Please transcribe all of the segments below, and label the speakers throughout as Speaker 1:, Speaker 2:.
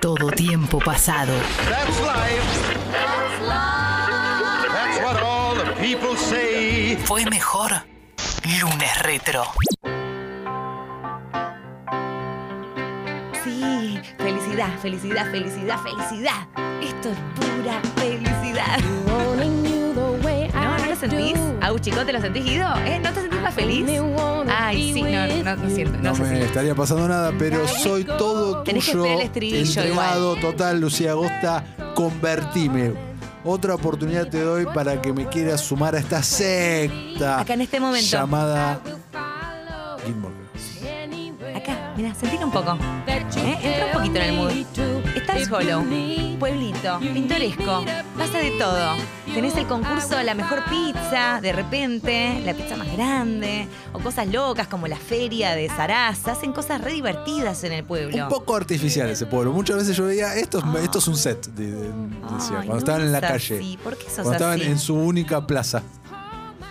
Speaker 1: Todo tiempo pasado.
Speaker 2: That's life. That's what all the people say.
Speaker 1: Fue mejor lunes retro.
Speaker 3: Sí, felicidad, felicidad, felicidad, felicidad. Esto es pura felicidad. ¿No, no lo sentís? Au, chicos, ¿te lo sentís, Guido? ¿Eh? ¿No te sentís más feliz? Ay, sí, no, no, no siento. No,
Speaker 4: No
Speaker 3: sé
Speaker 4: me
Speaker 3: si-
Speaker 4: estaría pasando nada, pero soy todo
Speaker 3: Tenés que
Speaker 4: tuyo.
Speaker 3: esperar el estribillo
Speaker 4: entregado total, Lucía Agosta, convertime. Otra oportunidad te doy para que me quieras sumar a esta secta.
Speaker 3: Acá en este momento.
Speaker 4: Llamada Gilmore.
Speaker 3: Acá, mira, sentí un poco. ¿Eh? Entra un poquito en el mood. Estás Hollow, pueblito, pintoresco, pasa de todo. Tenés el concurso de la mejor pizza, de repente, la pizza más grande, o cosas locas como la feria de Sarasa. Hacen cosas re divertidas en el pueblo.
Speaker 4: Un poco artificial ese pueblo. Muchas veces yo veía, esto, es-
Speaker 3: Ah.
Speaker 4: esto es un set, de- de- decía,
Speaker 3: Ay,
Speaker 4: cuando
Speaker 3: no
Speaker 4: estaban en la
Speaker 3: seas
Speaker 4: calle.
Speaker 3: así. ¿Por qué sos
Speaker 4: cuando estaban
Speaker 3: así?
Speaker 4: en su única plaza.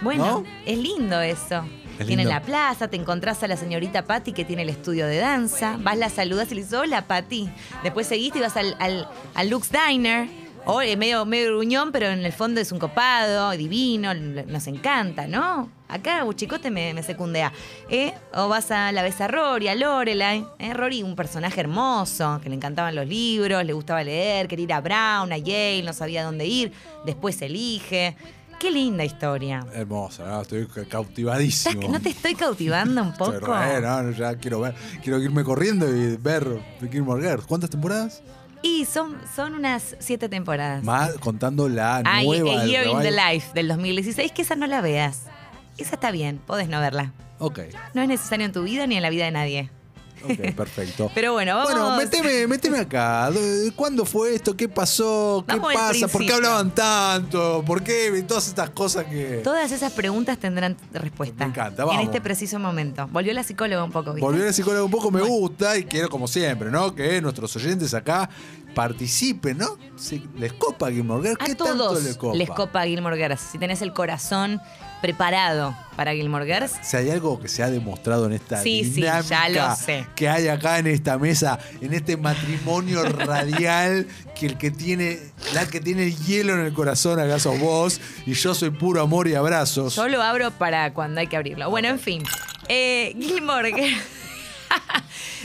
Speaker 3: Bueno,
Speaker 4: ¿No?
Speaker 3: es lindo eso.
Speaker 4: Es
Speaker 3: Tienen
Speaker 4: lindo.
Speaker 3: la plaza, te encontrás a la señorita Patti que tiene el estudio de danza, vas, la saludas y le dices, hola Patti. Después seguiste y vas al, al, al Lux Diner, o, eh, medio, medio gruñón, pero en el fondo es un copado, divino, l- nos encanta, ¿no? Acá Buchicote me, me secundea. ¿eh? O vas a la Besa Rory, a Lorelai. ¿eh? Rory, un personaje hermoso, que le encantaban los libros, le gustaba leer, quería ir a Brown, a Yale, no sabía dónde ir, después elige. Qué linda historia.
Speaker 4: Hermosa, ¿no? estoy
Speaker 3: ¿Estás
Speaker 4: cautivadísimo.
Speaker 3: que no te estoy cautivando un
Speaker 4: Estoy
Speaker 3: poco?
Speaker 4: re, no, no, ya quiero ver, quiero irme corriendo y ver The Gilmore Girls. ¿Cuántas temporadas?
Speaker 3: Y son, son unas siete temporadas.
Speaker 4: Más contando la
Speaker 3: Hay
Speaker 4: nueva.
Speaker 3: A
Speaker 4: del
Speaker 3: Year in the
Speaker 4: revival.
Speaker 3: Life del 2016, que esa no la veas. Esa está bien, podés no verla.
Speaker 4: Ok,
Speaker 3: No es necesario en tu vida ni en la vida de nadie.
Speaker 4: ok, perfecto.
Speaker 3: Pero bueno, vamos.
Speaker 4: Bueno, meteme, meteme acá. Do- ¿Cuándo fue esto? ¿Qué pasó? ¿Qué
Speaker 3: Vamos al
Speaker 4: pasa? ¿Por qué
Speaker 3: principio.
Speaker 4: hablaban tanto? ¿Por qué todas estas cosas que...
Speaker 3: Todas esas preguntas tendrán respuesta.
Speaker 4: Me encanta, vamos.
Speaker 3: En este preciso momento. Volvió la psicóloga un poco, ¿viste?
Speaker 4: Volver al psicólogo un poco me gusta y quiero, como siempre, ¿no? Que nuestros oyentes acá participen, ¿no? Si les copa Gilmore Girls,
Speaker 3: A
Speaker 4: ¿qué tanto
Speaker 3: todos
Speaker 4: les copa?
Speaker 3: Gilmore Girls. Si tenés el corazón preparado para Gilmore Girls,
Speaker 4: Si hay algo que se ha demostrado en esta
Speaker 3: Sí, sí,
Speaker 4: dinámica
Speaker 3: ya lo sé.
Speaker 4: que hay acá en esta mesa, en este matrimonio radial, que el que tiene, la que tiene el hielo en el corazón, acá sos vos, y yo soy puro amor y abrazos.
Speaker 3: Yo lo abro para cuando hay que abrirlo. Bueno, en fin. Eh, Gilmore Girls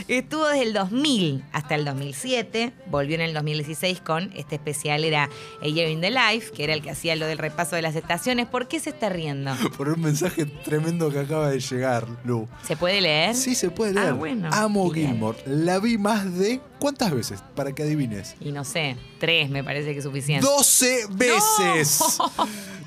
Speaker 3: estuvo desde el 2000 hasta el 2007. Volvió en el 2016 con este especial, era A Year in the Life, que era el que hacía lo del repaso de las estaciones. ¿Por qué se está riendo?
Speaker 4: Por un mensaje tremendo que acaba de llegar, Lu.
Speaker 3: ¿Se puede leer?
Speaker 4: Sí, se puede
Speaker 3: Ah,
Speaker 4: leer.
Speaker 3: bueno.
Speaker 4: Amo
Speaker 3: Bien.
Speaker 4: Gilmore. La vi más de. ¿Cuántas veces? Para que adivines.
Speaker 3: Y no sé, tres me parece que es suficiente.
Speaker 4: 12 veces.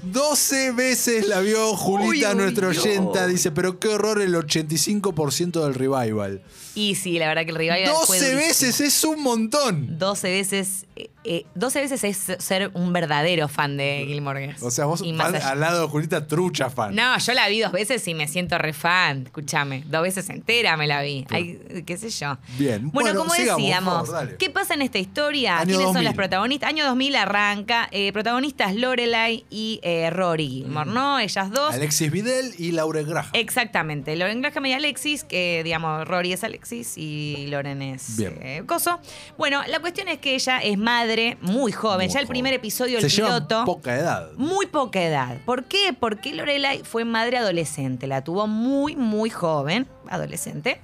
Speaker 4: 12 veces la vio Julita,
Speaker 3: Uy, uy,
Speaker 4: nuestra
Speaker 3: uy.
Speaker 4: oyenta. Dice, pero qué horror el 85% del revival.
Speaker 3: Y sí, la verdad que el revival fue
Speaker 4: 12
Speaker 3: durísimo.
Speaker 4: veces es un montón.
Speaker 3: 12 veces, eh, eh, 12 veces es ser un verdadero fan de Gilmore Girls.
Speaker 4: O sea, vos
Speaker 3: Y más
Speaker 4: fan-
Speaker 3: allá.
Speaker 4: al lado de Julita, trucha fan.
Speaker 3: No, yo la vi dos veces y me siento re fan. Escúchame, dos veces entera me la vi. Ay, qué sé yo.
Speaker 4: Bien.
Speaker 3: Bueno,
Speaker 4: Bueno,
Speaker 3: como
Speaker 4: sigamos, por
Speaker 3: decíamos,
Speaker 4: favor, dale.
Speaker 3: ¿qué pasa en esta historia?
Speaker 4: Año
Speaker 3: ¿Quiénes
Speaker 4: 2000?
Speaker 3: son las protagonistas? Año 2000 arranca. eh, protagonistas Lorelai y eh, Rory
Speaker 4: Mm.
Speaker 3: Gilmore, ¿no? Ellas dos.
Speaker 4: Alexis Videl y Laura Graham.
Speaker 3: Exactamente. Loren Graham y Alexis, que digamos, Rory es Alexis y Loren es
Speaker 4: Bien.
Speaker 3: eh, Coso. Bueno, la cuestión es que ella es madre muy joven.
Speaker 4: Muy
Speaker 3: ya el
Speaker 4: joven.
Speaker 3: primer episodio,
Speaker 4: Se
Speaker 3: el
Speaker 4: llevan
Speaker 3: piloto.
Speaker 4: poca edad.
Speaker 3: Muy poca edad. ¿Por qué? Porque Lorelai fue madre adolescente, la tuvo muy, muy joven, adolescente,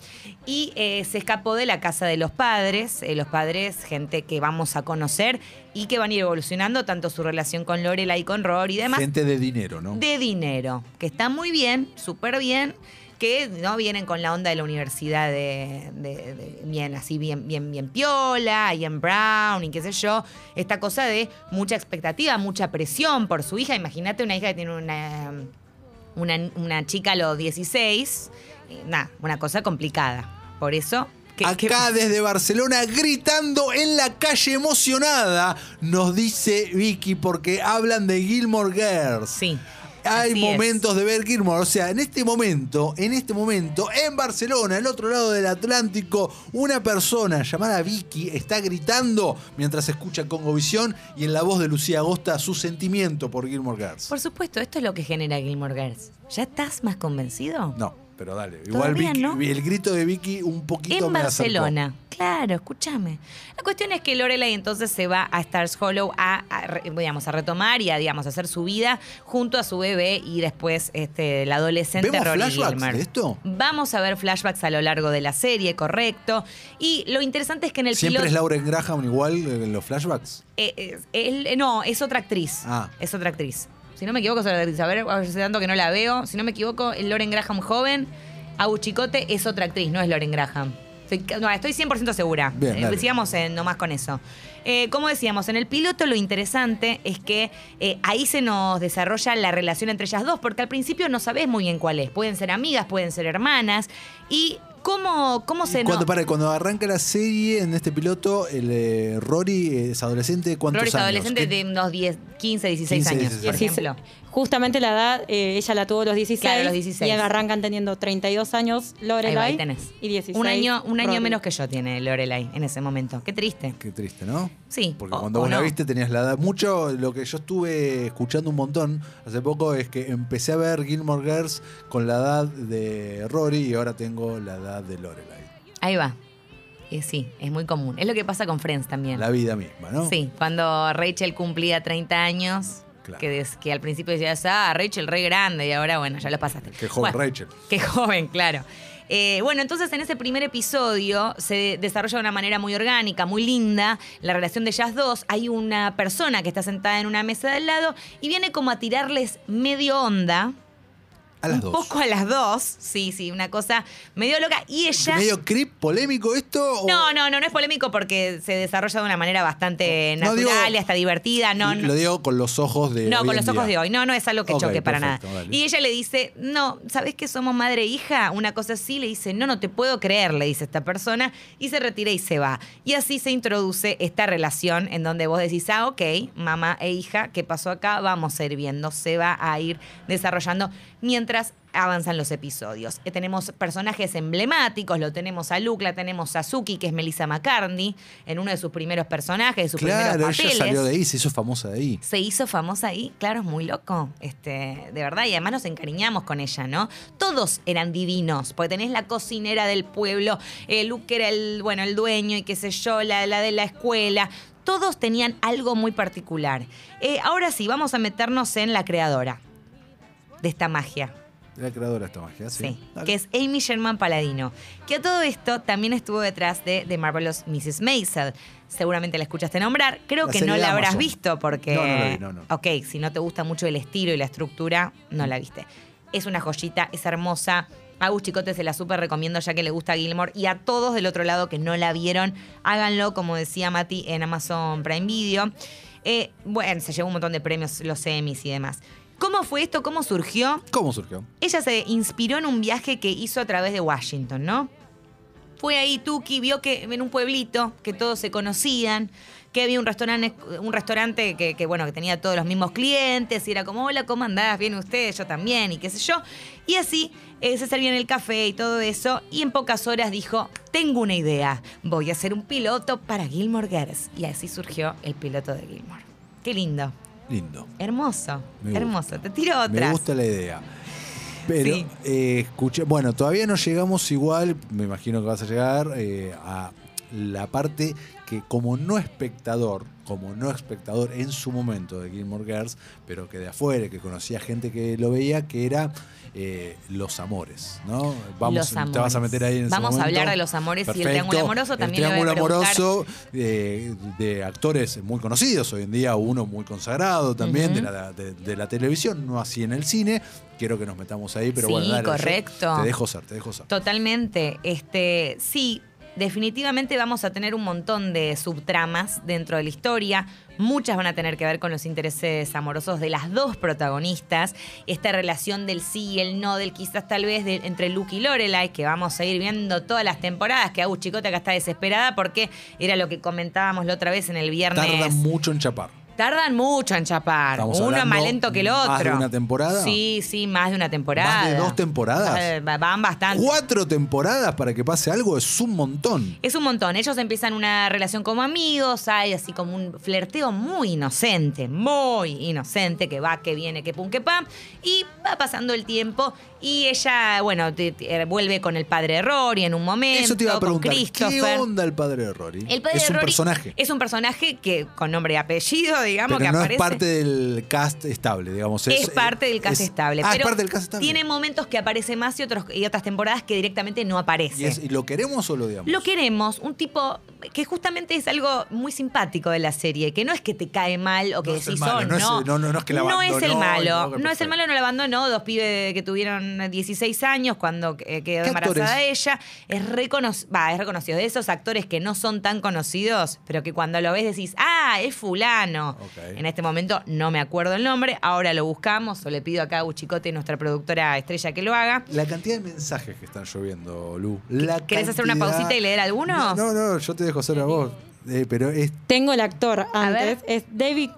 Speaker 3: y eh, se escapó de la casa de los padres, eh, los padres, gente que vamos a conocer y que van a ir evolucionando tanto su relación con Lorelai y con Rory y demás,
Speaker 4: Gente de dinero, ¿no?
Speaker 3: de dinero, que está muy bien, súper bien, que no vienen con la onda de la universidad de, de- de- bien así, bien, bien, bien piola, Ian Brown y qué sé yo, esta cosa de mucha expectativa, mucha presión por su hija. Imagínate una hija que tiene una, una, una chica a los 16, nada, una cosa complicada. Por eso... que- que-
Speaker 4: Acá desde Barcelona gritando en la calle emocionada, nos dice Vicky, porque hablan de Gilmore Girls.
Speaker 3: sí.
Speaker 4: Hay
Speaker 3: así es.
Speaker 4: momentos de ver Gilmore, o sea, en este momento, en este momento, en Barcelona, al otro lado del Atlántico, una persona llamada Vicky está gritando mientras escucha Congovisión y en la voz de Lucía Agosta su sentimiento por Gilmore Girls.
Speaker 3: Por supuesto, esto es lo que genera Gilmore Girls. ¿Ya estás más convencido?
Speaker 4: No, pero dale. Igual
Speaker 3: Todavía
Speaker 4: Vicky-
Speaker 3: no.
Speaker 4: el grito de Vicky un poquito
Speaker 3: en
Speaker 4: me acercó.
Speaker 3: Barcelona. Claro, escúchame. La cuestión es que Lorelai entonces se va a Stars Hollow a, a re- digamos, a retomar y a digamos, a hacer su vida junto a su bebé y después este, la adolescente
Speaker 4: ¿Vemos
Speaker 3: Rory
Speaker 4: flashbacks
Speaker 3: Gilmer.
Speaker 4: de esto?
Speaker 3: Vamos a ver flashbacks a lo largo de la serie, correcto. Y lo interesante es que en el
Speaker 4: Siempre
Speaker 3: piloto.
Speaker 4: es Lauren Graham igual en los flashbacks.
Speaker 3: Eh, eh, él- eh, no, es otra actriz.
Speaker 4: Ah.
Speaker 3: Es otra actriz. Si no me equivoco, es otra actriz. A ver, hace tanto que no la veo. Si no me equivoco, es Loren Graham joven. Abu Chicote es otra actriz, no es Loren Graham. Estoy, ca- no, estoy 100% segura.
Speaker 4: Bien,
Speaker 3: Eh,
Speaker 4: dale.
Speaker 3: sigamos eh, nomás con eso. Eh, como decíamos, en el piloto lo interesante es que eh, ahí se nos desarrolla la relación entre ellas dos, porque al principio no sabés muy bien cuál es. Pueden ser amigas, pueden ser hermanas. Y cómo, cómo se...
Speaker 4: Cuando,
Speaker 3: no-
Speaker 4: para, cuando arranca la serie en este piloto, el eh, Rory es adolescente de cuántos
Speaker 3: Flor es
Speaker 4: años?
Speaker 3: adolescente
Speaker 4: ¿Qué-
Speaker 3: de unos 10, 15, 16
Speaker 4: 15,
Speaker 3: años, por
Speaker 4: 16.
Speaker 3: ejemplo.
Speaker 5: Justamente la edad, eh, ella la tuvo a los 16,
Speaker 3: Claro, los 16.
Speaker 5: y arrancan teniendo 32 años
Speaker 3: Ahí va,
Speaker 5: Lorelai
Speaker 3: ahí tenés.
Speaker 5: y 16
Speaker 3: Un año, un año
Speaker 5: Rory.
Speaker 3: menos que yo tiene Lorelai en ese momento. Qué triste.
Speaker 4: Qué triste, ¿no?
Speaker 3: Sí,
Speaker 4: Porque
Speaker 3: o-
Speaker 4: cuando
Speaker 3: o
Speaker 4: vos la
Speaker 3: no.
Speaker 4: viste tenías la edad. Mucho lo que yo estuve escuchando un montón hace poco es que empecé a ver Gilmore Girls con la edad de Rory y ahora tengo la edad de Lorelai.
Speaker 3: Ahí va. Eh, sí, es muy común. Es lo que pasa con Friends también.
Speaker 4: La vida misma, ¿no?
Speaker 3: Sí, cuando Rachel cumplía 30 años,
Speaker 4: Claro.
Speaker 3: que, des- que al principio decías, ah, Rachel, re grande, y ahora, bueno, ya lo pasaste.
Speaker 4: Qué joven
Speaker 3: Bueno,
Speaker 4: Rachel.
Speaker 3: Qué joven, claro. Eh, bueno, entonces en ese primer episodio se desarrolla de una manera muy orgánica, muy linda, la relación de ellas dos. Hay una persona que está sentada en una mesa de al lado y viene como a tirarles medio onda,
Speaker 4: A las
Speaker 3: un
Speaker 4: dos.
Speaker 3: poco a las dos. Sí, sí, una cosa medio loca. Y ella.
Speaker 4: ¿Medio creep polémico esto? o-
Speaker 3: No, no, no, no es polémico porque se desarrolla de una manera bastante
Speaker 4: No,
Speaker 3: natural
Speaker 4: digo-
Speaker 3: y hasta divertida. No, no.
Speaker 4: Lo digo con los ojos de.
Speaker 3: No,
Speaker 4: hoy
Speaker 3: con
Speaker 4: en
Speaker 3: los ojos
Speaker 4: día.
Speaker 3: de hoy. No, no es algo que
Speaker 4: Ok,
Speaker 3: choque para
Speaker 4: perfecto,
Speaker 3: nada.
Speaker 4: dale.
Speaker 3: Y ella le dice, no, ¿sabes que somos madre e hija? Una cosa así, le dice, no, no te puedo creer, le dice esta persona, y se retira y se va. Y así se introduce esta relación en donde vos decís, ah, ok, mamá e hija, ¿qué pasó acá? Vamos a ir viendo, se va a ir desarrollando mientras avanzan los episodios. Eh, Tenemos personajes emblemáticos, lo tenemos a Luke, la tenemos a Suki, que es Melissa McCartney, en uno de sus primeros personajes, de sus
Speaker 4: Claro,
Speaker 3: primeros
Speaker 4: ella
Speaker 3: papeles
Speaker 4: salió de ahí, se hizo famosa de ahí.
Speaker 3: se hizo famosa ahí, claro, es muy loco, este, de verdad, y además nos encariñamos con ella, ¿no? Todos eran divinos, porque tenés la cocinera del pueblo, eh, Luke era el, bueno, el dueño y qué sé yo, la, la de la escuela, todos tenían algo muy particular. Eh, ahora sí, vamos a meternos en la creadora de esta magia.
Speaker 4: La creadora de esta magia, sí.
Speaker 3: Sí,
Speaker 4: Dale.
Speaker 3: que es Amy Sherman Paladino, que a todo esto también estuvo detrás de The Marvelous Mrs. Maisel. Seguramente la escuchaste nombrar, creo
Speaker 4: La
Speaker 3: que
Speaker 4: serie
Speaker 3: no
Speaker 4: de
Speaker 3: la habrás
Speaker 4: Amazon.
Speaker 3: visto porque...
Speaker 4: No, no la vi, no, no.
Speaker 3: Ok, si no te gusta mucho el estilo y la estructura, no la viste. Es una joyita, es hermosa. A Agus Chicote se la súper recomiendo ya que le gusta Gilmore. Y a todos del otro lado que no la vieron, háganlo, como decía Mati, en Amazon Prime Video. Eh, bueno, se llevó un montón de premios, los Emmys y demás. ¿Cómo fue esto? ¿Cómo surgió?
Speaker 4: ¿Cómo surgió?
Speaker 3: Ella se inspiró en un viaje que hizo a través de Washington, ¿no? Fue ahí Tuki, vio que en un pueblito que todos se conocían, que había un restaurante, un restaurante que, que, bueno, que tenía todos los mismos clientes, y era como, hola, ¿cómo andás? ¿Viene usted? Yo también, y qué sé yo. Y así eh, se servían el café y todo eso, y en pocas horas dijo, tengo una idea, voy a ser un piloto para Gilmore Girls. Y así surgió el piloto de Gilmore. Qué lindo,
Speaker 4: Lindo.
Speaker 3: hermoso,
Speaker 4: Me
Speaker 3: hermoso. Te tiro
Speaker 4: Me
Speaker 3: otra.
Speaker 4: gusta la idea. Pero,
Speaker 3: Sí.
Speaker 4: eh, escuché, bueno, todavía no llegamos igual, me imagino que vas a llegar eh, a la parte que como no espectador, como no espectador en su momento de Gilmore Girls, pero que de afuera, que conocía gente que lo veía, que era eh, los amores, ¿no?
Speaker 3: Los
Speaker 4: Te vas a
Speaker 3: amores.
Speaker 4: meter ahí en ese
Speaker 3: Vamos a
Speaker 4: momento.
Speaker 3: hablar de los amores y el triángulo amoroso, también
Speaker 4: El
Speaker 3: le voy a
Speaker 4: triángulo amoroso eh, de actores muy conocidos hoy en día, uno muy consagrado también de, la, de- de la televisión, no así en el cine. Quiero que nos metamos ahí, pero
Speaker 3: Sí,
Speaker 4: bueno, dale, yo
Speaker 3: correcto.
Speaker 4: Te dejo ser, te dejo ser.
Speaker 3: Totalmente. Este, sí, definitivamente vamos a tener un montón de subtramas dentro de la historia. Muchas van a tener que ver con los intereses amorosos de las dos protagonistas. Esta relación del sí y el no, del quizás tal vez de- entre Luke y Lorelai, que vamos a ir viendo todas las temporadas, que Agus Chicota acá está desesperada porque era lo que comentábamos la otra vez en el viernes.
Speaker 4: Tarda mucho en chapar.
Speaker 3: Tardan mucho en chapar.
Speaker 4: Estamos
Speaker 3: Uno
Speaker 4: hablando
Speaker 3: más lento que el otro.
Speaker 4: más de una temporada.
Speaker 3: Sí, sí, más de una temporada.
Speaker 4: ¿Más de dos temporadas?
Speaker 3: Eh, va- Van bastante.
Speaker 4: Cuatro temporadas para que pase algo es un montón.
Speaker 3: Es un montón. Ellos empiezan una relación como amigos, hay así como un flerteo muy inocente, muy inocente, que va, que viene, que pum, que pam. Y va pasando el tiempo y ella, bueno, te- te- vuelve con el padre Rory en un momento,
Speaker 4: Eso te iba a
Speaker 3: con
Speaker 4: preguntar. ¿Qué
Speaker 3: Christopher.
Speaker 4: onda el padre de Rory?
Speaker 3: El padre
Speaker 4: es
Speaker 3: de
Speaker 4: un
Speaker 3: Rory
Speaker 4: personaje.
Speaker 3: Es un personaje que, con nombre y apellido, digamos,
Speaker 4: pero
Speaker 3: que
Speaker 4: no
Speaker 3: aparece.
Speaker 4: es parte del cast estable, digamos.
Speaker 3: Es parte del cast
Speaker 4: es-
Speaker 3: estable.
Speaker 4: Ah,
Speaker 3: pero
Speaker 4: es parte del cast estable.
Speaker 3: Tiene momentos que aparece más y, otros, y otras temporadas que directamente no aparece.
Speaker 4: y, es- ¿y lo queremos o lo odiamos?
Speaker 3: Lo queremos, un tipo que justamente es algo muy simpático de la serie, que no es que te cae mal o que
Speaker 4: No es el
Speaker 3: decís,
Speaker 4: malo,
Speaker 3: "Oh,
Speaker 4: no
Speaker 3: no,
Speaker 4: es- no, no, no es que la
Speaker 3: es
Speaker 4: abandonó
Speaker 3: el
Speaker 4: y
Speaker 3: malo, no,
Speaker 4: no,
Speaker 3: es
Speaker 4: que
Speaker 3: el
Speaker 4: perfecto.
Speaker 3: malo, no la abandonó, dos pibes que tuvieron 16 años cuando eh, quedó
Speaker 4: ¿Qué
Speaker 3: embarazada
Speaker 4: actores?
Speaker 3: ella, es, reconoc- va, es reconocido, de esos actores que no son tan conocidos, pero que cuando lo ves decís, ah, es fulano.
Speaker 4: Ok.
Speaker 3: En este momento no me acuerdo el nombre, ahora lo buscamos, o le pido acá a Uchicote, nuestra productora estrella, que lo haga.
Speaker 4: La cantidad de mensajes que están lloviendo, Lu. La
Speaker 3: ¿Querés hacer una
Speaker 4: cantidad-
Speaker 3: pausita y leer alguno?
Speaker 4: No, no, no, yo te dejo hacer a vos. Eh, pero es
Speaker 5: Tengo el actor
Speaker 3: ver.
Speaker 5: antes, es David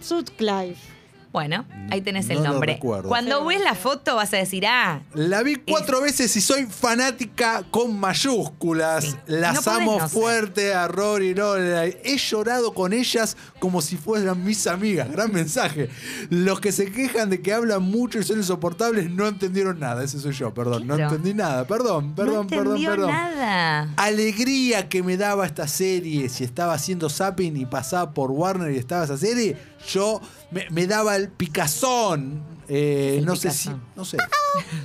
Speaker 5: Sutcliffe.
Speaker 3: Bueno, ahí tenés el
Speaker 4: No lo
Speaker 3: nombre.
Speaker 4: recuerdo.
Speaker 3: Cuando ves la foto vas a decir, ah,
Speaker 4: La vi cuatro veces y soy fanática con mayúsculas.
Speaker 3: Sí. No
Speaker 4: Las
Speaker 3: podés
Speaker 4: amo
Speaker 3: no ser.
Speaker 4: fuerte a Rory Lorelai. He llorado con ellas como si fueran mis amigas. Gran mensaje. Los que se quejan de que hablan mucho y son insoportables no entendieron nada. Ese soy yo, perdón. No
Speaker 3: Claro.
Speaker 4: entendí nada. Perdón,
Speaker 3: no
Speaker 4: perdón, perdón,
Speaker 3: entendió
Speaker 4: perdón.
Speaker 3: nada.
Speaker 4: Alegría que me daba esta serie. Si estaba haciendo zapping y pasaba por Warner y estaba esa serie, yo me, me daba el picazón. Eh,
Speaker 3: El
Speaker 4: no sé si.
Speaker 3: picazón.
Speaker 4: No sé.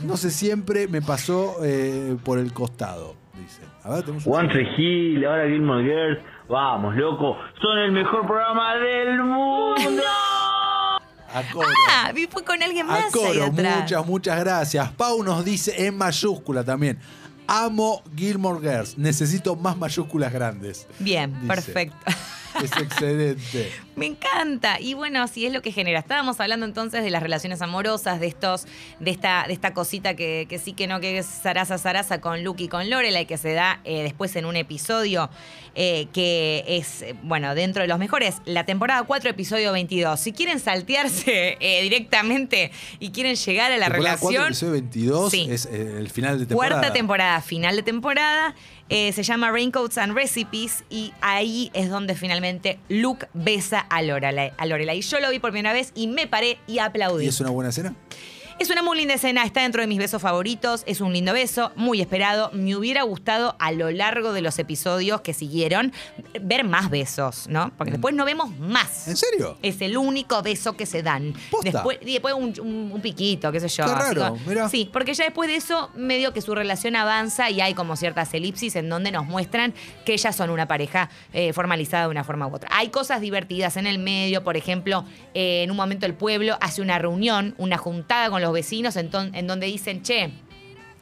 Speaker 4: No sé, siempre me pasó eh, por el costado. Dice. A ver, tenemos un-
Speaker 6: One Tree Hill, ahora Gilmore Girls. Vamos, loco. Son el mejor programa del mundo.
Speaker 4: A coro.
Speaker 3: Ah, vi fue con alguien
Speaker 4: A
Speaker 3: más ahí
Speaker 4: coro.
Speaker 3: atrás.
Speaker 4: Muchas, muchas gracias. Pau nos dice en mayúscula también. Amo Gilmore Girls. Necesito más mayúsculas grandes.
Speaker 3: Bien,
Speaker 4: Dice.
Speaker 3: perfecto.
Speaker 4: Es excelente.
Speaker 3: Me encanta. Y bueno, si es lo que genera. Estábamos hablando entonces de las relaciones amorosas, de estos, de esta, de esta cosita que, que sí que no, que es zaraza zaraza con Luke y con Lorelai, que se da eh, después en un episodio eh, que es, eh, bueno, dentro de los mejores, la temporada 4, episodio 22. Si quieren saltearse eh, directamente y quieren llegar a la
Speaker 4: Temporada cuatro,
Speaker 3: relación,
Speaker 4: episodio 22
Speaker 3: Sí.
Speaker 4: es eh, el final de temporada.
Speaker 3: Cuarta temporada, final de temporada, eh, se llama Raincoats and Recipes y ahí es donde finalmente Luke besa a Lorelai. A Lorelai. Yo lo vi por primera vez y me paré y aplaudí.
Speaker 4: ¿Y es una buena escena?
Speaker 3: Es una muy linda escena, está dentro de mis besos favoritos, es un lindo beso, muy esperado. Me hubiera gustado a lo largo de los episodios que siguieron ver más besos, ¿no? Porque después no vemos más.
Speaker 4: Mm. ¿En serio?
Speaker 3: Es el único beso que se dan.
Speaker 4: Posta.
Speaker 3: Después, y después un, un- un piquito, qué sé yo.
Speaker 4: Qué
Speaker 3: así
Speaker 4: raro,
Speaker 3: como-
Speaker 4: mirá.
Speaker 3: Sí, porque ya después de eso, medio que su relación avanza y hay como ciertas elipsis en donde nos muestran que ellas son una pareja eh, formalizada de una forma u otra. Hay cosas divertidas en el medio, por ejemplo, eh, en un momento el pueblo hace una reunión, una juntada con los vecinos, en, ton- en donde dicen, che,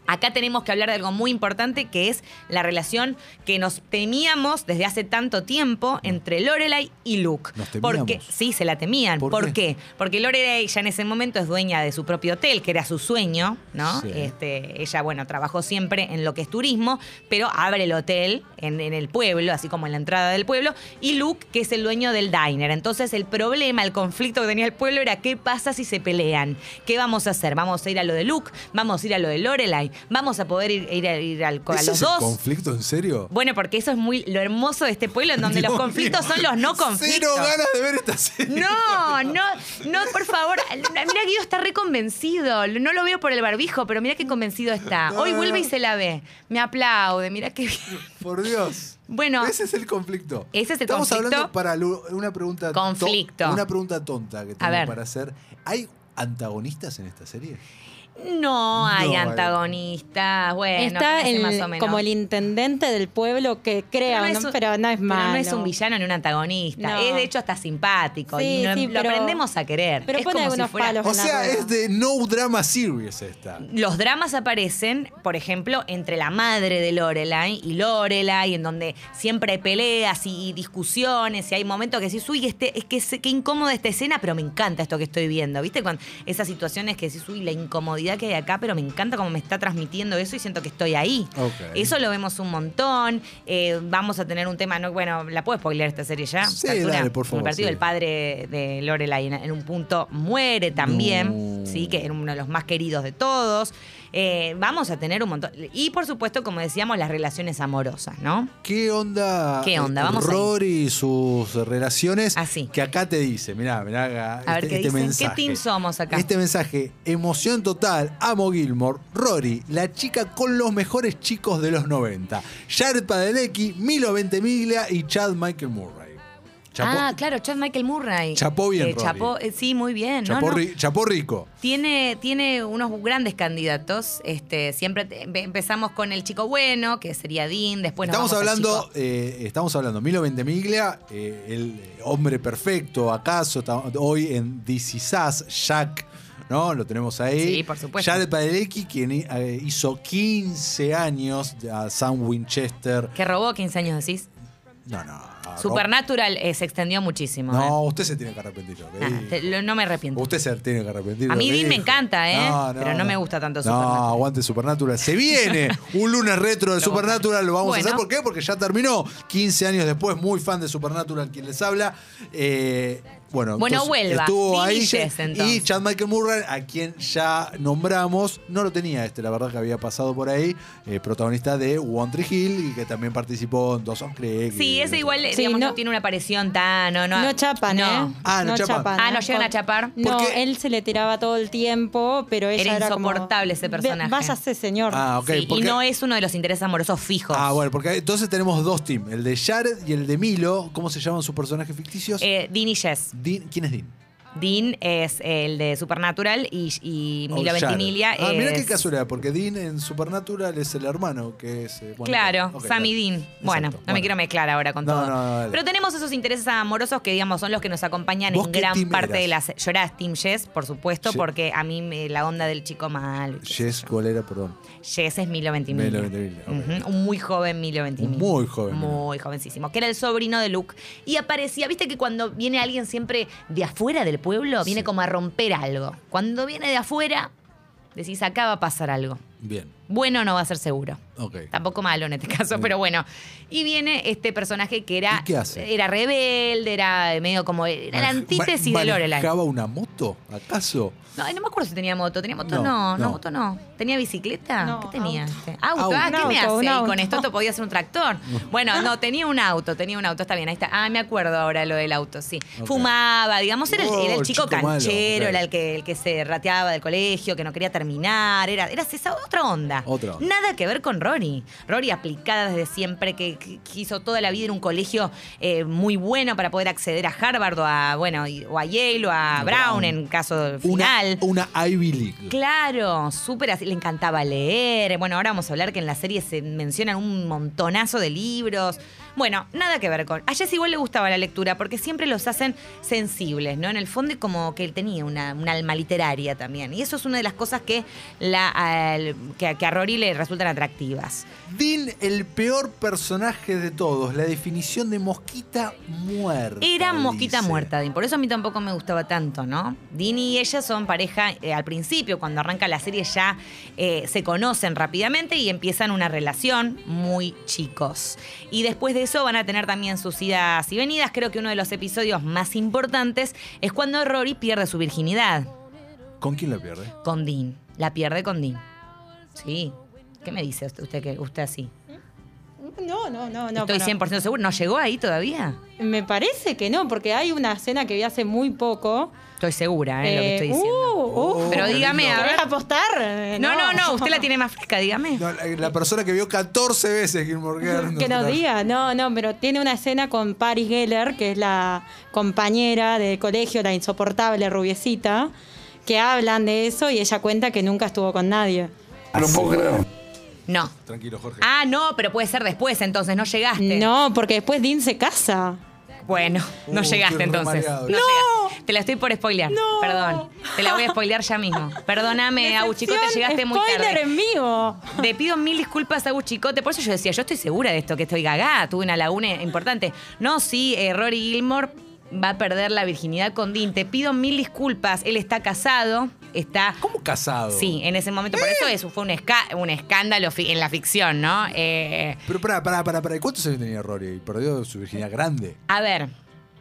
Speaker 3: Acá tenemos que hablar de algo muy importante que es la relación que nos temíamos desde hace tanto tiempo entre Lorelai y Luke.
Speaker 4: ¿Nos temíamos?
Speaker 3: porque sí se la temían. ¿Por,
Speaker 4: ¿Por
Speaker 3: qué?
Speaker 4: qué?
Speaker 3: Porque Lorelai ya en ese momento es dueña de su propio hotel, que era su sueño, ¿no?
Speaker 4: Sí.
Speaker 3: Este, ella bueno, trabajó siempre en lo que es turismo, pero abre el hotel en, en el pueblo, así como en la entrada del pueblo, y Luke, que es el dueño del diner. Entonces, el problema, el conflicto que tenía el pueblo era qué pasa si se pelean, qué vamos a hacer, vamos a ir a lo de Luke, vamos a ir a lo de Lorelai, vamos a poder ir, ir a, ir al- a
Speaker 4: ¿Ese
Speaker 3: los
Speaker 4: es el
Speaker 3: dos.
Speaker 4: conflicto en serio?
Speaker 3: Bueno, porque eso es muy lo hermoso de este pueblo en donde los
Speaker 4: Dios
Speaker 3: conflictos
Speaker 4: mío,
Speaker 3: son los no conflictos.
Speaker 4: Cero ganas de ver esta serie.
Speaker 3: No, no, no, por favor. Mira, Guido está reconvencido. No lo veo por el barbijo, pero mira qué convencido está. Hoy vuelve y se la ve. Me aplaude, mira qué bien.
Speaker 4: Por Dios.
Speaker 3: Bueno.
Speaker 4: Ese es el conflicto.
Speaker 3: Ese es el
Speaker 4: Estamos
Speaker 3: conflicto.
Speaker 4: hablando para Lu- una pregunta. to-
Speaker 3: Conflicto.
Speaker 4: Una pregunta tonta que tengo
Speaker 3: ver.
Speaker 4: para hacer. ¿Hay antagonistas en esta serie?
Speaker 3: No hay
Speaker 4: No hay.
Speaker 3: antagonistas. Bueno, Eh,
Speaker 5: Está
Speaker 3: no sé
Speaker 5: el-
Speaker 3: más o menos.
Speaker 5: como el intendente del pueblo que
Speaker 3: Pero
Speaker 5: crea,
Speaker 3: no, es
Speaker 5: ¿no?
Speaker 3: un,
Speaker 5: pero no es
Speaker 3: pero
Speaker 5: malo.
Speaker 3: no es un villano ni un antagonista.
Speaker 5: No.
Speaker 3: Es de hecho hasta simpático.
Speaker 5: Sí,
Speaker 3: y no-
Speaker 5: sí,
Speaker 3: lo
Speaker 5: pero-
Speaker 3: aprendemos a querer.
Speaker 5: pero
Speaker 3: es
Speaker 5: pone
Speaker 3: como si
Speaker 5: algunos
Speaker 3: fuera-
Speaker 5: palos.
Speaker 4: O
Speaker 5: Con la
Speaker 4: sea,
Speaker 5: rueda.
Speaker 4: es de No Drama Series esta.
Speaker 3: Los dramas aparecen, por ejemplo, entre la madre de Lorelai y Lorelai, en donde siempre hay peleas y, y discusiones, y hay momentos que decís, uy, este, es que es- qué incómoda esta escena, pero me encanta esto que estoy viendo. ¿Viste? Cuando esas situaciones que decís, uy, la comodidad que hay acá, pero me encanta cómo me está transmitiendo eso y siento que estoy ahí.
Speaker 4: Ok.
Speaker 3: Eso lo vemos un montón. Eh, vamos a tener un tema, no, bueno, ¿la puedo spoiler esta serie ya?
Speaker 4: Sí,
Speaker 3: ¿A esta altura?
Speaker 4: dale, por favor,
Speaker 3: El partido
Speaker 4: sí.
Speaker 3: del padre de Lorelai en, en un punto muere también,
Speaker 4: No.
Speaker 3: sí, que era uno de los más queridos de todos. Eh, vamos a tener un montón. Y por supuesto, como decíamos, las relaciones amorosas, ¿no?
Speaker 4: ¿Qué onda?
Speaker 3: ¿Qué onda?
Speaker 4: eh,
Speaker 3: Vamos
Speaker 4: Rory y sus relaciones.
Speaker 3: Así.
Speaker 4: Que acá te dice, mirá, mirá, este,
Speaker 3: A ver qué dice. ¿Qué
Speaker 4: mensaje.
Speaker 3: team somos acá?
Speaker 4: Este mensaje, emoción total, amo Gilmore, Rory, la chica con los mejores chicos de los 90. Jared Padalecki, Milo Ventimiglia y Chad Michael Murray. Chapó,
Speaker 3: Ah, claro, Chad Michael Murray.
Speaker 4: Chapó bien, Rory.
Speaker 3: chapó- eh, sí, muy bien. No,
Speaker 4: chapó
Speaker 3: no.
Speaker 4: ri- chapó rico.
Speaker 3: Tiene, tiene unos grandes candidatos. Este, siempre te- empe- empezamos con el chico bueno, que sería Dean. Después nos
Speaker 4: Estamos
Speaker 3: vamos al
Speaker 4: hablando,
Speaker 3: chico-
Speaker 4: eh, estamos hablando, Milo Ventimiglia, eh, el hombre perfecto, acaso, ta- hoy en This Is Us, Jack, ¿no? Lo tenemos ahí.
Speaker 3: Sí, por supuesto.
Speaker 4: Jared Padalecki, quien eh, hizo 15 años a Sam Winchester.
Speaker 3: que robó 15 años, decís.
Speaker 4: No, no. a Rob-
Speaker 3: Supernatural eh, se extendió muchísimo.
Speaker 4: Ah, No, usted se tiene que arrepentir. lo que
Speaker 3: eh. Nah,
Speaker 4: dijo.
Speaker 3: te- lo- no me arrepiento.
Speaker 4: Usted se tiene que arrepentir.
Speaker 3: A
Speaker 4: lo
Speaker 3: mí
Speaker 4: que
Speaker 3: Dean me
Speaker 4: dijo.
Speaker 3: encanta, ¿eh? Pero no me gusta tanto
Speaker 4: No,
Speaker 3: Supernatural.
Speaker 4: aguante Supernatural. Se viene un lunes retro de
Speaker 3: Lo-
Speaker 4: Supernatural. Lo vamos
Speaker 3: Bueno.
Speaker 4: a hacer. ¿Por qué? Porque ya terminó. 15 años después, muy fan de Supernatural quien les habla. Eh, bueno,
Speaker 3: Bueno,
Speaker 4: entonces,
Speaker 3: vuelva.
Speaker 4: estuvo
Speaker 3: Dean y
Speaker 4: ahí.
Speaker 3: Jess,
Speaker 4: y
Speaker 3: entonces.
Speaker 4: Chad Michael Murray, a quien ya nombramos, no lo tenía este, la verdad que había pasado por ahí, eh, protagonista de One Tree Hill y que también participó en Dawson Creek.
Speaker 3: Sí,
Speaker 4: y-
Speaker 3: ese igual eh,
Speaker 5: Sí,
Speaker 3: digamos, no.
Speaker 5: no-
Speaker 3: tiene una aparición tan. No, no,
Speaker 5: No chapan,
Speaker 3: no.
Speaker 5: ¿eh?
Speaker 4: Ah, no chapan.
Speaker 3: Ah, no llegan a chapar.
Speaker 5: No,
Speaker 4: ¿Por qué?
Speaker 5: él se le tiraba todo el tiempo, pero ella
Speaker 3: Era
Speaker 5: era, como,
Speaker 3: insoportable ese
Speaker 5: "Ve-
Speaker 3: personaje".
Speaker 5: Váyase, señor.
Speaker 4: Ah, ok.
Speaker 3: Sí, y
Speaker 4: porque-
Speaker 3: no es uno de los intereses amorosos fijos.
Speaker 4: Ah, bueno, porque entonces tenemos dos teams, el de Jared y el de Milo. ¿Cómo se llaman sus personajes ficticios?
Speaker 3: Eh, Dean y Jess.
Speaker 4: Dean- ¿Quién es Dean?
Speaker 3: Dean es el de Supernatural y, y Milo
Speaker 4: O Jared.
Speaker 3: Ventimiglia
Speaker 4: Ah,
Speaker 3: es...
Speaker 4: mira qué casualidad, porque Dean en Supernatural es el hermano que es. eh, bueno,
Speaker 3: Claro,
Speaker 4: ok,
Speaker 3: Sammy
Speaker 4: dale.
Speaker 3: Dean.
Speaker 4: Exacto,
Speaker 3: Bueno, no me quiero mezclar ahora con
Speaker 4: No,
Speaker 3: todo.
Speaker 4: no, no, dale.
Speaker 3: Pero tenemos esos intereses amorosos que, digamos, son los que nos acompañan
Speaker 4: ¿Vos
Speaker 3: en
Speaker 4: qué
Speaker 3: gran
Speaker 4: team
Speaker 3: parte de
Speaker 4: eras?
Speaker 3: las. Yo era Team Jess, por supuesto,
Speaker 4: Ye-
Speaker 3: porque a mí me- la onda del chico malo. y qué sé
Speaker 4: Jess
Speaker 3: yo.
Speaker 4: Colera, perdón.
Speaker 3: Jess es Milo Ventimiglia.
Speaker 4: Milo Ventimiglia, ok.
Speaker 3: Ujú, Un muy joven Milo Ventimiglia.
Speaker 4: Muy joven, Milo.
Speaker 3: Muy jovencísimo. Que era el sobrino de Luke. Y aparecía, viste que cuando viene alguien siempre de afuera del pueblo, viene como a romper algo. Cuando viene de afuera, decís, acá va a pasar algo.
Speaker 4: Bien,
Speaker 3: Bueno no va a ser seguro.
Speaker 4: ok.
Speaker 3: Tampoco malo en este caso,
Speaker 4: Sí.
Speaker 3: pero bueno. Y viene este personaje que era,
Speaker 4: ¿Y qué hace?
Speaker 3: era rebelde, era medio como. Era la
Speaker 4: Manej-
Speaker 3: antítesis
Speaker 4: ma-
Speaker 3: de Lorelai.
Speaker 4: ¿Manejaba una moto, acaso?
Speaker 3: No, no me acuerdo si tenía moto. ¿Tenía moto?
Speaker 4: No,
Speaker 3: No, no,
Speaker 4: no.
Speaker 3: moto no. ¿Tenía bicicleta?
Speaker 5: No,
Speaker 3: ¿Qué tenía?
Speaker 5: auto.
Speaker 3: Este? Auto.
Speaker 4: Auto.
Speaker 3: Ah,
Speaker 5: Un
Speaker 3: ¿qué me hace?
Speaker 5: auto, un
Speaker 3: Y con
Speaker 5: auto.
Speaker 3: esto te podía hacer un tractor. Bueno, no, tenía un auto, tenía un auto. Está bien, ahí está. Ah, me acuerdo ahora lo del auto, sí.
Speaker 4: Ok.
Speaker 3: Fumaba, digamos, era el,
Speaker 4: Oh,
Speaker 3: era el
Speaker 4: el
Speaker 3: chico,
Speaker 4: chico malo,
Speaker 3: canchero,
Speaker 4: ok.
Speaker 3: era el que, el que se rateaba del colegio, que no quería terminar. Era, era esa otra onda.
Speaker 4: Otra onda.
Speaker 3: Nada que ver con Rory. Rory aplicada desde siempre, que qu- quiso toda la vida en un colegio eh, muy bueno para poder acceder a Harvard o a, bueno, y- o a Yale o a
Speaker 4: A
Speaker 3: Brown,
Speaker 4: Brown.
Speaker 3: en caso
Speaker 4: Una,
Speaker 3: final.
Speaker 4: una Ivy League.
Speaker 3: Claro, súper así. Le encantaba leer. Bueno, ahora vamos a hablar que en la serie se mencionan un montonazo de libros. Bueno, nada que ver con. A Jess igual le gustaba la lectura porque siempre los hacen sensibles, ¿no? En el fondo, y como que él tenía una, un alma literaria también. Y eso es una de las cosas que, la, al- que, que a Rory le resultan atractivas.
Speaker 4: Dean, el peor personaje de todos. La definición de mosquita muerta.
Speaker 3: Era mosquita
Speaker 4: dice.
Speaker 3: muerta, Dean. Por eso a mí tampoco me gustaba tanto, ¿no? Dean y ella son pareja eh, al principio, cuando arranca la serie ya eh, se conocen rápidamente y empiezan una relación muy chicos. Y después de eso van a tener también sus idas y venidas. Creo que uno de los episodios más importantes es cuando Rory pierde su virginidad
Speaker 4: ¿Con quién la pierde?
Speaker 3: con Dean. La pierde con Dean. Sí. ¿Qué me dice usted, usted que usted así?
Speaker 5: No, no, no, no.
Speaker 3: Estoy
Speaker 5: para-
Speaker 3: 100% seguro. ¿No llegó ahí todavía?
Speaker 5: Me parece que no, porque hay una escena que vi hace muy poco.
Speaker 3: Estoy segura, ¿eh? lo que
Speaker 5: Eh,
Speaker 3: estoy diciendo.
Speaker 5: uh, uh,
Speaker 3: Oh, Pero
Speaker 4: qué
Speaker 3: dígame,
Speaker 4: lindo.
Speaker 3: a ver.
Speaker 5: ¿Querés apostar? Eh,
Speaker 3: No, no, no, usted la tiene más fresca, dígame.
Speaker 4: No, la, la persona que vio 14 veces Gilmore Girls.
Speaker 5: Que nos diga, no, no, pero tiene una escena con Paris Geller, que es la compañera de colegio, la insoportable rubiecita, que hablan de eso y ella cuenta que nunca estuvo con nadie.
Speaker 3: No.
Speaker 4: Tranquilo, Jorge.
Speaker 3: Ah, no, pero puede ser después, entonces no llegaste.
Speaker 5: No, porque después Dean se casa.
Speaker 3: Bueno, no
Speaker 4: Uh,
Speaker 3: llegaste
Speaker 4: estoy
Speaker 3: entonces.
Speaker 4: remareado.
Speaker 3: No.
Speaker 4: No.
Speaker 3: llegaste. Te la estoy por spoilear.
Speaker 5: No.
Speaker 3: Perdón. Te la voy a spoilear ya mismo. Perdóname, Agus Chicote,
Speaker 5: Decepción,
Speaker 3: llegaste muy
Speaker 5: Spoiler
Speaker 3: tarde.
Speaker 5: en vivo.
Speaker 3: Te pido mil disculpas, Agus Chicote. Por eso yo decía, yo estoy segura de esto, que estoy gagá, tuve una laguna importante. No, sí, eh, Rory Gilmore va a perder la virginidad con Dean. Te pido mil disculpas. Él está casado. está
Speaker 4: ¿Cómo casado?
Speaker 3: Sí, en ese momento. Por eso eso fue un, esca- un escándalo fi- en la ficción, ¿no? Eh,
Speaker 4: Pero pará, pará, pará, pará. ¿Cuántos años tenía Rory? Perdió su virginidad grande.
Speaker 3: a ver,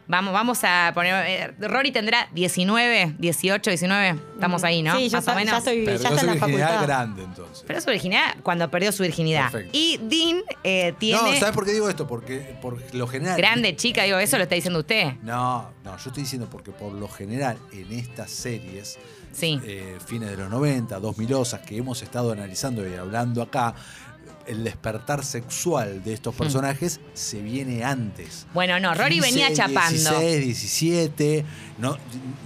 Speaker 3: vamos, vamos a poner. eh, Rory tendrá 19, 18, 19. Estamos ahí, ¿no?
Speaker 5: Sí, yo
Speaker 3: Más
Speaker 5: ya,
Speaker 3: o menos.
Speaker 5: ya, soy, ya
Speaker 4: Perdió
Speaker 5: está
Speaker 4: su
Speaker 5: en la
Speaker 4: virginidad
Speaker 5: facultad.
Speaker 4: grande, entonces.
Speaker 3: Pero su virginidad cuando perdió su virginidad.
Speaker 4: Perfecto.
Speaker 3: Y Dean eh, tiene.
Speaker 4: No, ¿sabes por qué digo esto? Porque por lo general.
Speaker 3: grande chica, digo, eso lo está diciendo usted.
Speaker 4: No, no, yo estoy diciendo porque por lo general en estas series,
Speaker 3: Sí.
Speaker 4: eh, fines de los 90, 2000 que hemos estado analizando y hablando acá, el despertar sexual de estos personajes se viene antes.
Speaker 3: Bueno, no, Rory venía chapando.
Speaker 4: 16, 17, no,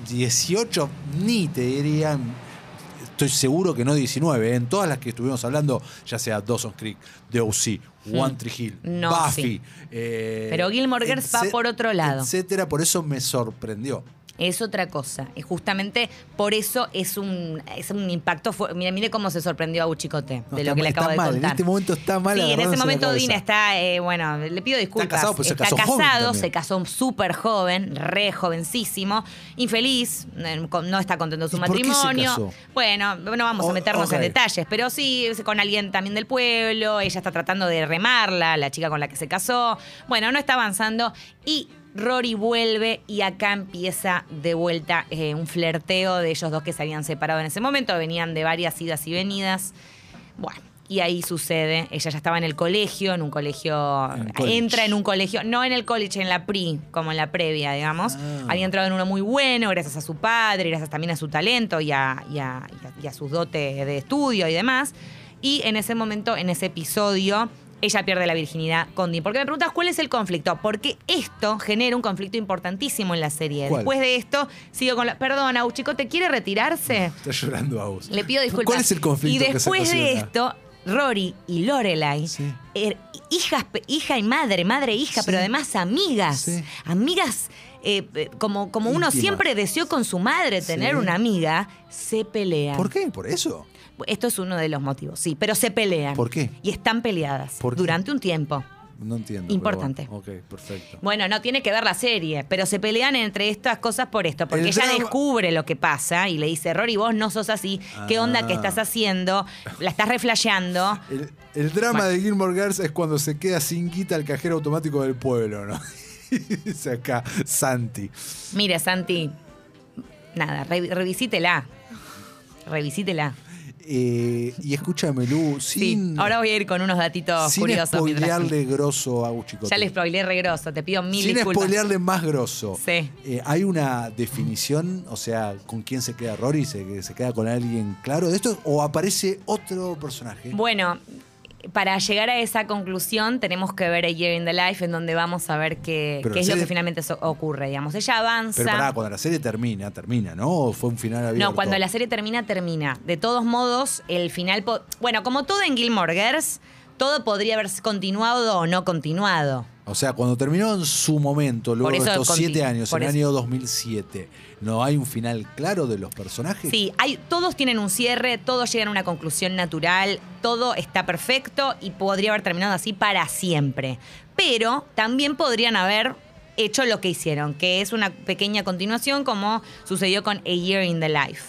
Speaker 4: 18 ni te dirían. Estoy seguro que no 19. ¿eh? En todas las que estuvimos hablando, ya sea Dawson Creek, The O.C., One Tree Hill,
Speaker 3: Mm. No,
Speaker 4: Buffy.
Speaker 3: sí.
Speaker 4: eh,
Speaker 3: Pero Gilmore Girls va
Speaker 4: etcé-
Speaker 3: por otro lado.
Speaker 4: Etcétera, por eso me sorprendió.
Speaker 3: Es otra cosa. Y justamente por eso es un, es un impacto. fu- Mire, mire cómo se sorprendió a Uchicote
Speaker 4: No,
Speaker 3: de
Speaker 4: está
Speaker 3: lo que le
Speaker 4: mal,
Speaker 3: acabo
Speaker 4: está
Speaker 3: de
Speaker 4: mal, en
Speaker 3: contar.
Speaker 4: este momento está mal
Speaker 3: Sí, en
Speaker 4: agarrándose
Speaker 3: ese
Speaker 4: la
Speaker 3: momento
Speaker 4: cabeza.
Speaker 3: Dina está, eh, bueno, le pido disculpas.
Speaker 4: casado, pero se
Speaker 3: Está
Speaker 4: casó joven
Speaker 3: casado,
Speaker 4: también.
Speaker 3: se casó súper joven, re jovencísimo, infeliz, eh, con- no está contento de su
Speaker 4: ¿Y por qué se
Speaker 3: matrimonio.
Speaker 4: casó?
Speaker 3: Bueno, no vamos
Speaker 4: O-
Speaker 3: a meternos
Speaker 4: ok.
Speaker 3: en detalles, pero sí, es con alguien también del pueblo, ella está tratando de remarla, la chica con la que se casó. Bueno, no está avanzando y Rory vuelve y acá empieza de vuelta eh, un flerteo de ellos dos que se habían separado en ese momento, venían de varias idas y venidas. Bueno, y ahí sucede, ella ya estaba en el colegio, en un colegio,
Speaker 4: En el college.
Speaker 3: entra en un colegio, no en el college, en la PRI, como en la previa, digamos. Había entrado en uno muy bueno, gracias a su padre, gracias también a su talento y a, y a- y a- y a sus dotes de estudio y demás. Y en ese momento, en ese episodio, ella pierde la virginidad con Dean. Porque me preguntas cuál es el conflicto, porque esto genera un conflicto importantísimo en la serie.
Speaker 4: ¿Cuál?
Speaker 3: Después de esto, sigo con la... Perdona, chico, ¿te quiere retirarse?
Speaker 4: Está llorando a vos.
Speaker 3: Le pido disculpas.
Speaker 4: ¿Cuál es el conflicto?
Speaker 3: Y después
Speaker 4: que se
Speaker 3: de
Speaker 4: ocasiona?
Speaker 3: esto, Rory y Lorelai,
Speaker 4: Sí.
Speaker 3: er- hijas, pe- hija y madre, madre e hija,
Speaker 4: Sí.
Speaker 3: pero además amigas,
Speaker 4: Sí.
Speaker 3: amigas eh, eh, como, como uno
Speaker 4: Íntimas.
Speaker 3: siempre deseó con su madre tener
Speaker 4: Sí.
Speaker 3: una amiga, se pelean.
Speaker 4: ¿Por qué? ¿Por eso?
Speaker 3: Esto es uno de los motivos, sí, pero se pelean.
Speaker 4: ¿Por qué?
Speaker 3: Y están peleadas
Speaker 4: ¿Por qué?
Speaker 3: durante un tiempo.
Speaker 4: No entiendo. pero
Speaker 3: Importante.
Speaker 4: bueno. Ok, perfecto.
Speaker 3: Bueno, no tiene que ver la serie, pero se pelean entre estas cosas por esto, porque
Speaker 4: El
Speaker 3: ella
Speaker 4: drama-
Speaker 3: descubre lo que pasa y le dice, Rory, vos no sos así, ¿qué onda que
Speaker 4: Ah.
Speaker 3: estás haciendo? La estás reflasheando.
Speaker 4: El, el drama de Gilmore Girls es cuando se queda sin guita el cajero automático del pueblo, ¿no? Dice acá Santi.
Speaker 3: Mira, Santi, nada, re- revisítela. Revisítela.
Speaker 4: Eh, y escúchame, Lu,
Speaker 3: Sí,
Speaker 4: sin,
Speaker 3: ahora voy a ir con unos datitos
Speaker 4: sin
Speaker 3: curiosos. mientras-
Speaker 4: spoilearle grosso a Uchicote.
Speaker 3: Ya les spoileé regroso, te pido mil
Speaker 4: Sin
Speaker 3: disculpas.
Speaker 4: spoilearle más grosso.
Speaker 3: Sí.
Speaker 4: Eh, ¿Hay una definición? O sea, ¿con quién se queda Rory? ¿Se, se queda con alguien claro de esto? ¿O aparece otro personaje?
Speaker 3: Bueno, para llegar a esa conclusión tenemos que ver A Year in the Life, en donde vamos a ver qué,
Speaker 4: Pero
Speaker 3: qué
Speaker 4: la
Speaker 3: es lo
Speaker 4: serie-
Speaker 3: que finalmente so- ocurre, digamos. Ella avanza.
Speaker 4: Pero pará, cuando la serie termina, termina, ¿no? ¿O fue un final abierto?
Speaker 3: No, cuando la serie termina, termina. De todos modos, el final. po- Bueno, como todo en Gilmore Girls, todo podría haber continuado o no continuado.
Speaker 4: O sea, cuando terminó en su momento, luego de
Speaker 3: eso
Speaker 4: estos
Speaker 3: conti-
Speaker 4: siete años, en
Speaker 3: por
Speaker 4: el
Speaker 3: eso-
Speaker 4: año 2007, ¿no hay un final claro de los personajes?
Speaker 3: Sí, hay, todos tienen un cierre, todos llegan a una conclusión natural, todo está perfecto y podría haber terminado así para siempre. Pero también podrían haber hecho lo que hicieron, que es una pequeña continuación como sucedió con A Year in the Life.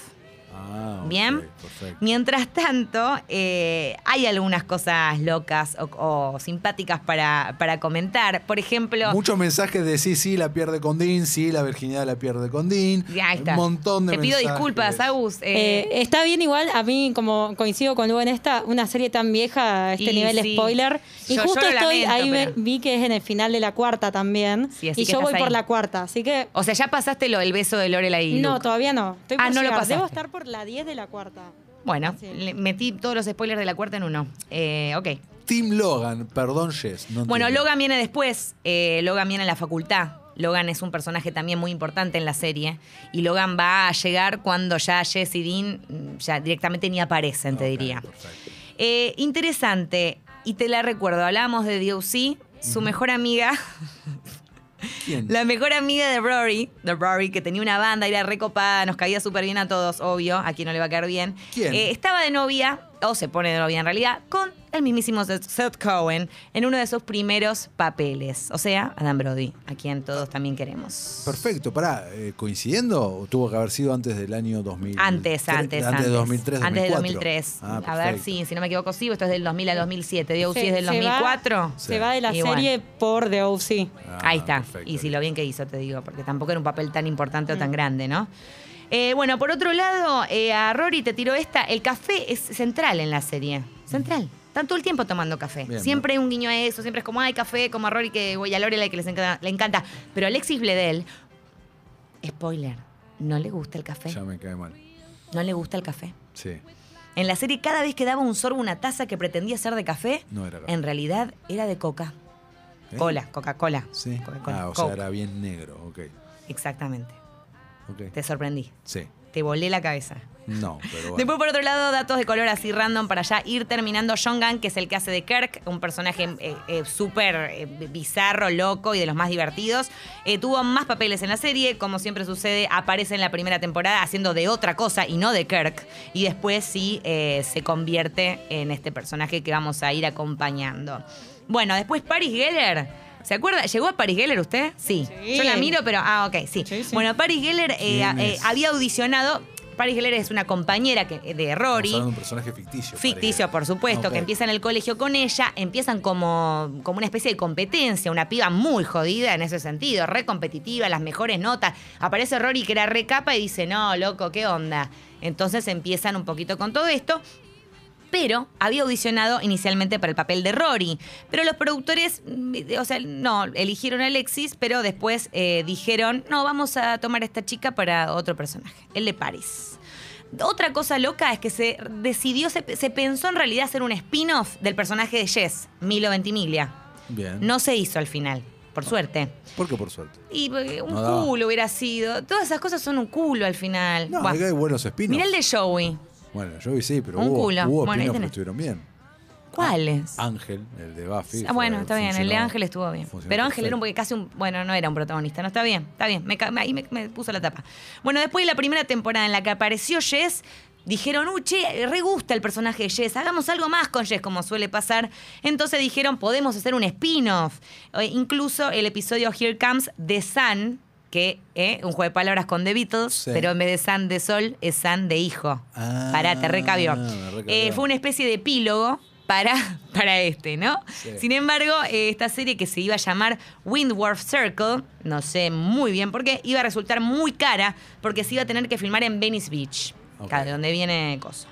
Speaker 4: Ah, ok,
Speaker 3: Bien.
Speaker 4: perfecto.
Speaker 3: Mientras tanto, eh, hay algunas cosas locas o, o simpáticas para, para comentar. Por ejemplo,
Speaker 4: Muchos mensajes de sí, sí, la pierde con Dean, sí, la virginidad la pierde con Dean.
Speaker 3: ya está.
Speaker 4: Un montón de
Speaker 3: Te pido
Speaker 4: mensajes.
Speaker 3: disculpas, Agus. eh,
Speaker 5: Eh, está bien igual, a mí como coincido con Lu en esta, una serie tan vieja, a este
Speaker 3: Y
Speaker 5: nivel
Speaker 3: sí.
Speaker 5: spoiler. Y
Speaker 3: Yo- yo
Speaker 5: justo
Speaker 3: lo
Speaker 5: estoy,
Speaker 3: lamento,
Speaker 5: ahí ve-
Speaker 3: pero-
Speaker 5: vi que es en el final de la cuarta también.
Speaker 3: Sí, así
Speaker 5: y
Speaker 3: que
Speaker 5: yo
Speaker 3: estás
Speaker 5: voy por
Speaker 3: ahí.
Speaker 5: la cuarta, así que...
Speaker 3: o sea, ya pasaste lo del beso de Lorela y
Speaker 5: No,
Speaker 3: Luke.
Speaker 5: todavía no. Estoy
Speaker 3: Ah,
Speaker 5: por
Speaker 3: no lo
Speaker 5: llegar. Debo
Speaker 3: pasaste.
Speaker 5: estar por la 10 de la cuarta.
Speaker 3: Bueno,
Speaker 5: Sí.
Speaker 3: le- metí todos los spoilers de la cuarta en uno. Eh, ok.
Speaker 4: Tim Logan, perdón, Jess. no
Speaker 3: Bueno,
Speaker 4: entiendo.
Speaker 3: Logan viene después. eh, Logan viene a la facultad. Logan es un personaje también muy importante en la serie. Y Logan va a llegar cuando ya Jess y Dean mm, ya directamente ni aparecen, te
Speaker 4: Ok,
Speaker 3: diría.
Speaker 4: perfecto.
Speaker 3: Eh, interesante, y te la recuerdo, hablábamos de D.O.C., su mejor amiga,
Speaker 4: ¿Quién?
Speaker 3: la mejor amiga de Rory, de Rory, que tenía una banda, era recopada, nos caía súper bien a todos, obvio, a quien no le va a caer bien.
Speaker 4: ¿Quién?
Speaker 3: Eh, estaba de novia o se pone de novia en realidad, con el mismísimo Seth- Seth Cohen en uno de sus primeros papeles. O sea, Adam Brody, a quien todos también queremos.
Speaker 4: Perfecto, pará, eh, ¿coincidiendo o tuvo que haber sido antes del año 2000?
Speaker 3: Antes, antes, antes.
Speaker 4: de 2003,
Speaker 3: Antes de
Speaker 4: 2004.
Speaker 3: 2003.
Speaker 4: Ah,
Speaker 3: a ver,
Speaker 4: perfecto.
Speaker 3: sí, si no me equivoco, sí, esto es del 2000 al 2007. The OC
Speaker 5: Se-
Speaker 3: es del
Speaker 5: se va-
Speaker 3: 2004.
Speaker 4: Sí.
Speaker 5: Se va de la
Speaker 3: Y bueno.
Speaker 5: serie por The OC.
Speaker 4: Ah,
Speaker 3: Ahí está.
Speaker 4: perfecto.
Speaker 3: Y si lo bien que hizo, te digo, porque tampoco era un papel tan importante o tan grande, ¿no? Eh, bueno, por otro lado, eh, a Rory te tiró esta. El café es central en la serie. Central. Están todo el tiempo tomando café.
Speaker 4: Bien,
Speaker 3: siempre hay un guiño a eso. Siempre es como, ay, café, como a Rory que, voy a Lorelai que les encanta, le encanta. Pero a Alexis Bledel, spoiler, no le gusta el café.
Speaker 4: Ya me cae mal.
Speaker 3: No le gusta el café.
Speaker 4: Sí.
Speaker 3: En la serie, cada vez que daba un sorbo a una taza que pretendía ser de café,
Speaker 4: No era café.
Speaker 3: en realidad era de coca.
Speaker 4: ¿Eh?
Speaker 3: Cola, Coca-Cola.
Speaker 4: Sí.
Speaker 3: Coca-Cola,
Speaker 4: Ah, o sea,
Speaker 3: Coke.
Speaker 4: era bien negro. Ok.
Speaker 3: Exactamente.
Speaker 4: Ok.
Speaker 3: Te sorprendí.
Speaker 4: Sí.
Speaker 3: Te volé la cabeza.
Speaker 4: No, pero bueno.
Speaker 3: Después, por otro lado, datos de color así random para ya ir terminando. John Gunn, que es el que hace de Kirk, un personaje eh, eh, súper eh, bizarro, loco y de los más divertidos. Eh, tuvo más papeles en la serie, como siempre sucede, aparece en la primera temporada haciendo de otra cosa y no de Kirk. Y después sí eh, se convierte en este personaje que vamos a ir acompañando. Bueno, después Paris Geller. ¿Se acuerda? ¿Llegó a Paris Geller usted? Sí.
Speaker 5: Sí.
Speaker 3: Yo la miro, pero. Ah, ok, sí.
Speaker 5: Sí, sí.
Speaker 3: Bueno, Paris Geller eh,
Speaker 4: ¿Quién
Speaker 3: eh,
Speaker 4: es?
Speaker 3: había audicionado. Paris Geller es una compañera que, de
Speaker 4: Estamos hablando de
Speaker 3: Rory.
Speaker 4: un personaje ficticio.
Speaker 3: Ficticio,
Speaker 4: parece.
Speaker 3: por supuesto,
Speaker 4: Ok.
Speaker 3: que empieza en el colegio con ella, empiezan como, como una especie de competencia, una piba muy jodida en ese sentido, re competitiva, las mejores notas. Aparece Rory que era re capa y dice, no, loco, ¿qué onda? Entonces empiezan un poquito con todo esto, pero había audicionado inicialmente para el papel de Rory. Pero los productores, mm, o sea, no, eligieron a Alexis, pero después eh, dijeron, no, vamos a tomar a esta chica para otro personaje, el de Paris. Otra cosa loca es que se decidió, se, se pensó en realidad hacer un spin-off del personaje de Jess, Milo Ventimiglia.
Speaker 4: Bien.
Speaker 3: No se hizo al final, por suerte.
Speaker 4: ¿Por qué por suerte?
Speaker 3: Y eh, un
Speaker 4: No daba.
Speaker 3: culo hubiera sido. Todas esas cosas son un culo al final.
Speaker 4: No,
Speaker 3: Buah.
Speaker 4: acá hay buenos espinos.
Speaker 3: Mirá el de Joey.
Speaker 4: Bueno, yo vi sí, pero
Speaker 3: Un
Speaker 4: hubo,
Speaker 3: culo.
Speaker 4: hubo
Speaker 3: Bueno, ahí
Speaker 4: espinos que
Speaker 3: tenés.
Speaker 4: estuvieron bien.
Speaker 3: ¿Cuáles?
Speaker 4: Ángel, el de Buffy.
Speaker 3: Ah, bueno,
Speaker 4: fue-
Speaker 3: está bien, el de
Speaker 4: funcionó-
Speaker 3: Ángel estuvo bien.
Speaker 4: funcionó
Speaker 3: Pero Ángel era un
Speaker 4: perfecto.
Speaker 3: porque casi un. Bueno, no era un protagonista, ¿no? Está bien, está bien. Me, ca- me- ahí me, me puso la tapa. Bueno, después de la primera temporada en la que apareció Jess, dijeron, uh, che, re gusta el personaje de Jess, hagamos algo más con Jess, como suele pasar. Entonces dijeron, podemos hacer un spin-off. Eh, incluso el episodio Here Comes The Sun, que eh, un juego de palabras con The Beatles,
Speaker 4: Sí.
Speaker 3: pero en vez de Sun de Sol, es Sun de Hijo.
Speaker 4: Ah,
Speaker 3: Pará, te recabió.
Speaker 4: me recabió.
Speaker 3: Eh, fue una especie de epílogo para, para este, ¿no?
Speaker 4: Sí.
Speaker 3: Sin embargo, eh, esta serie que se iba a llamar Windward Circle, no sé muy bien por qué, iba a resultar muy cara porque se iba a tener que filmar en Venice Beach,
Speaker 4: Ok.
Speaker 3: acá de donde viene Cosa.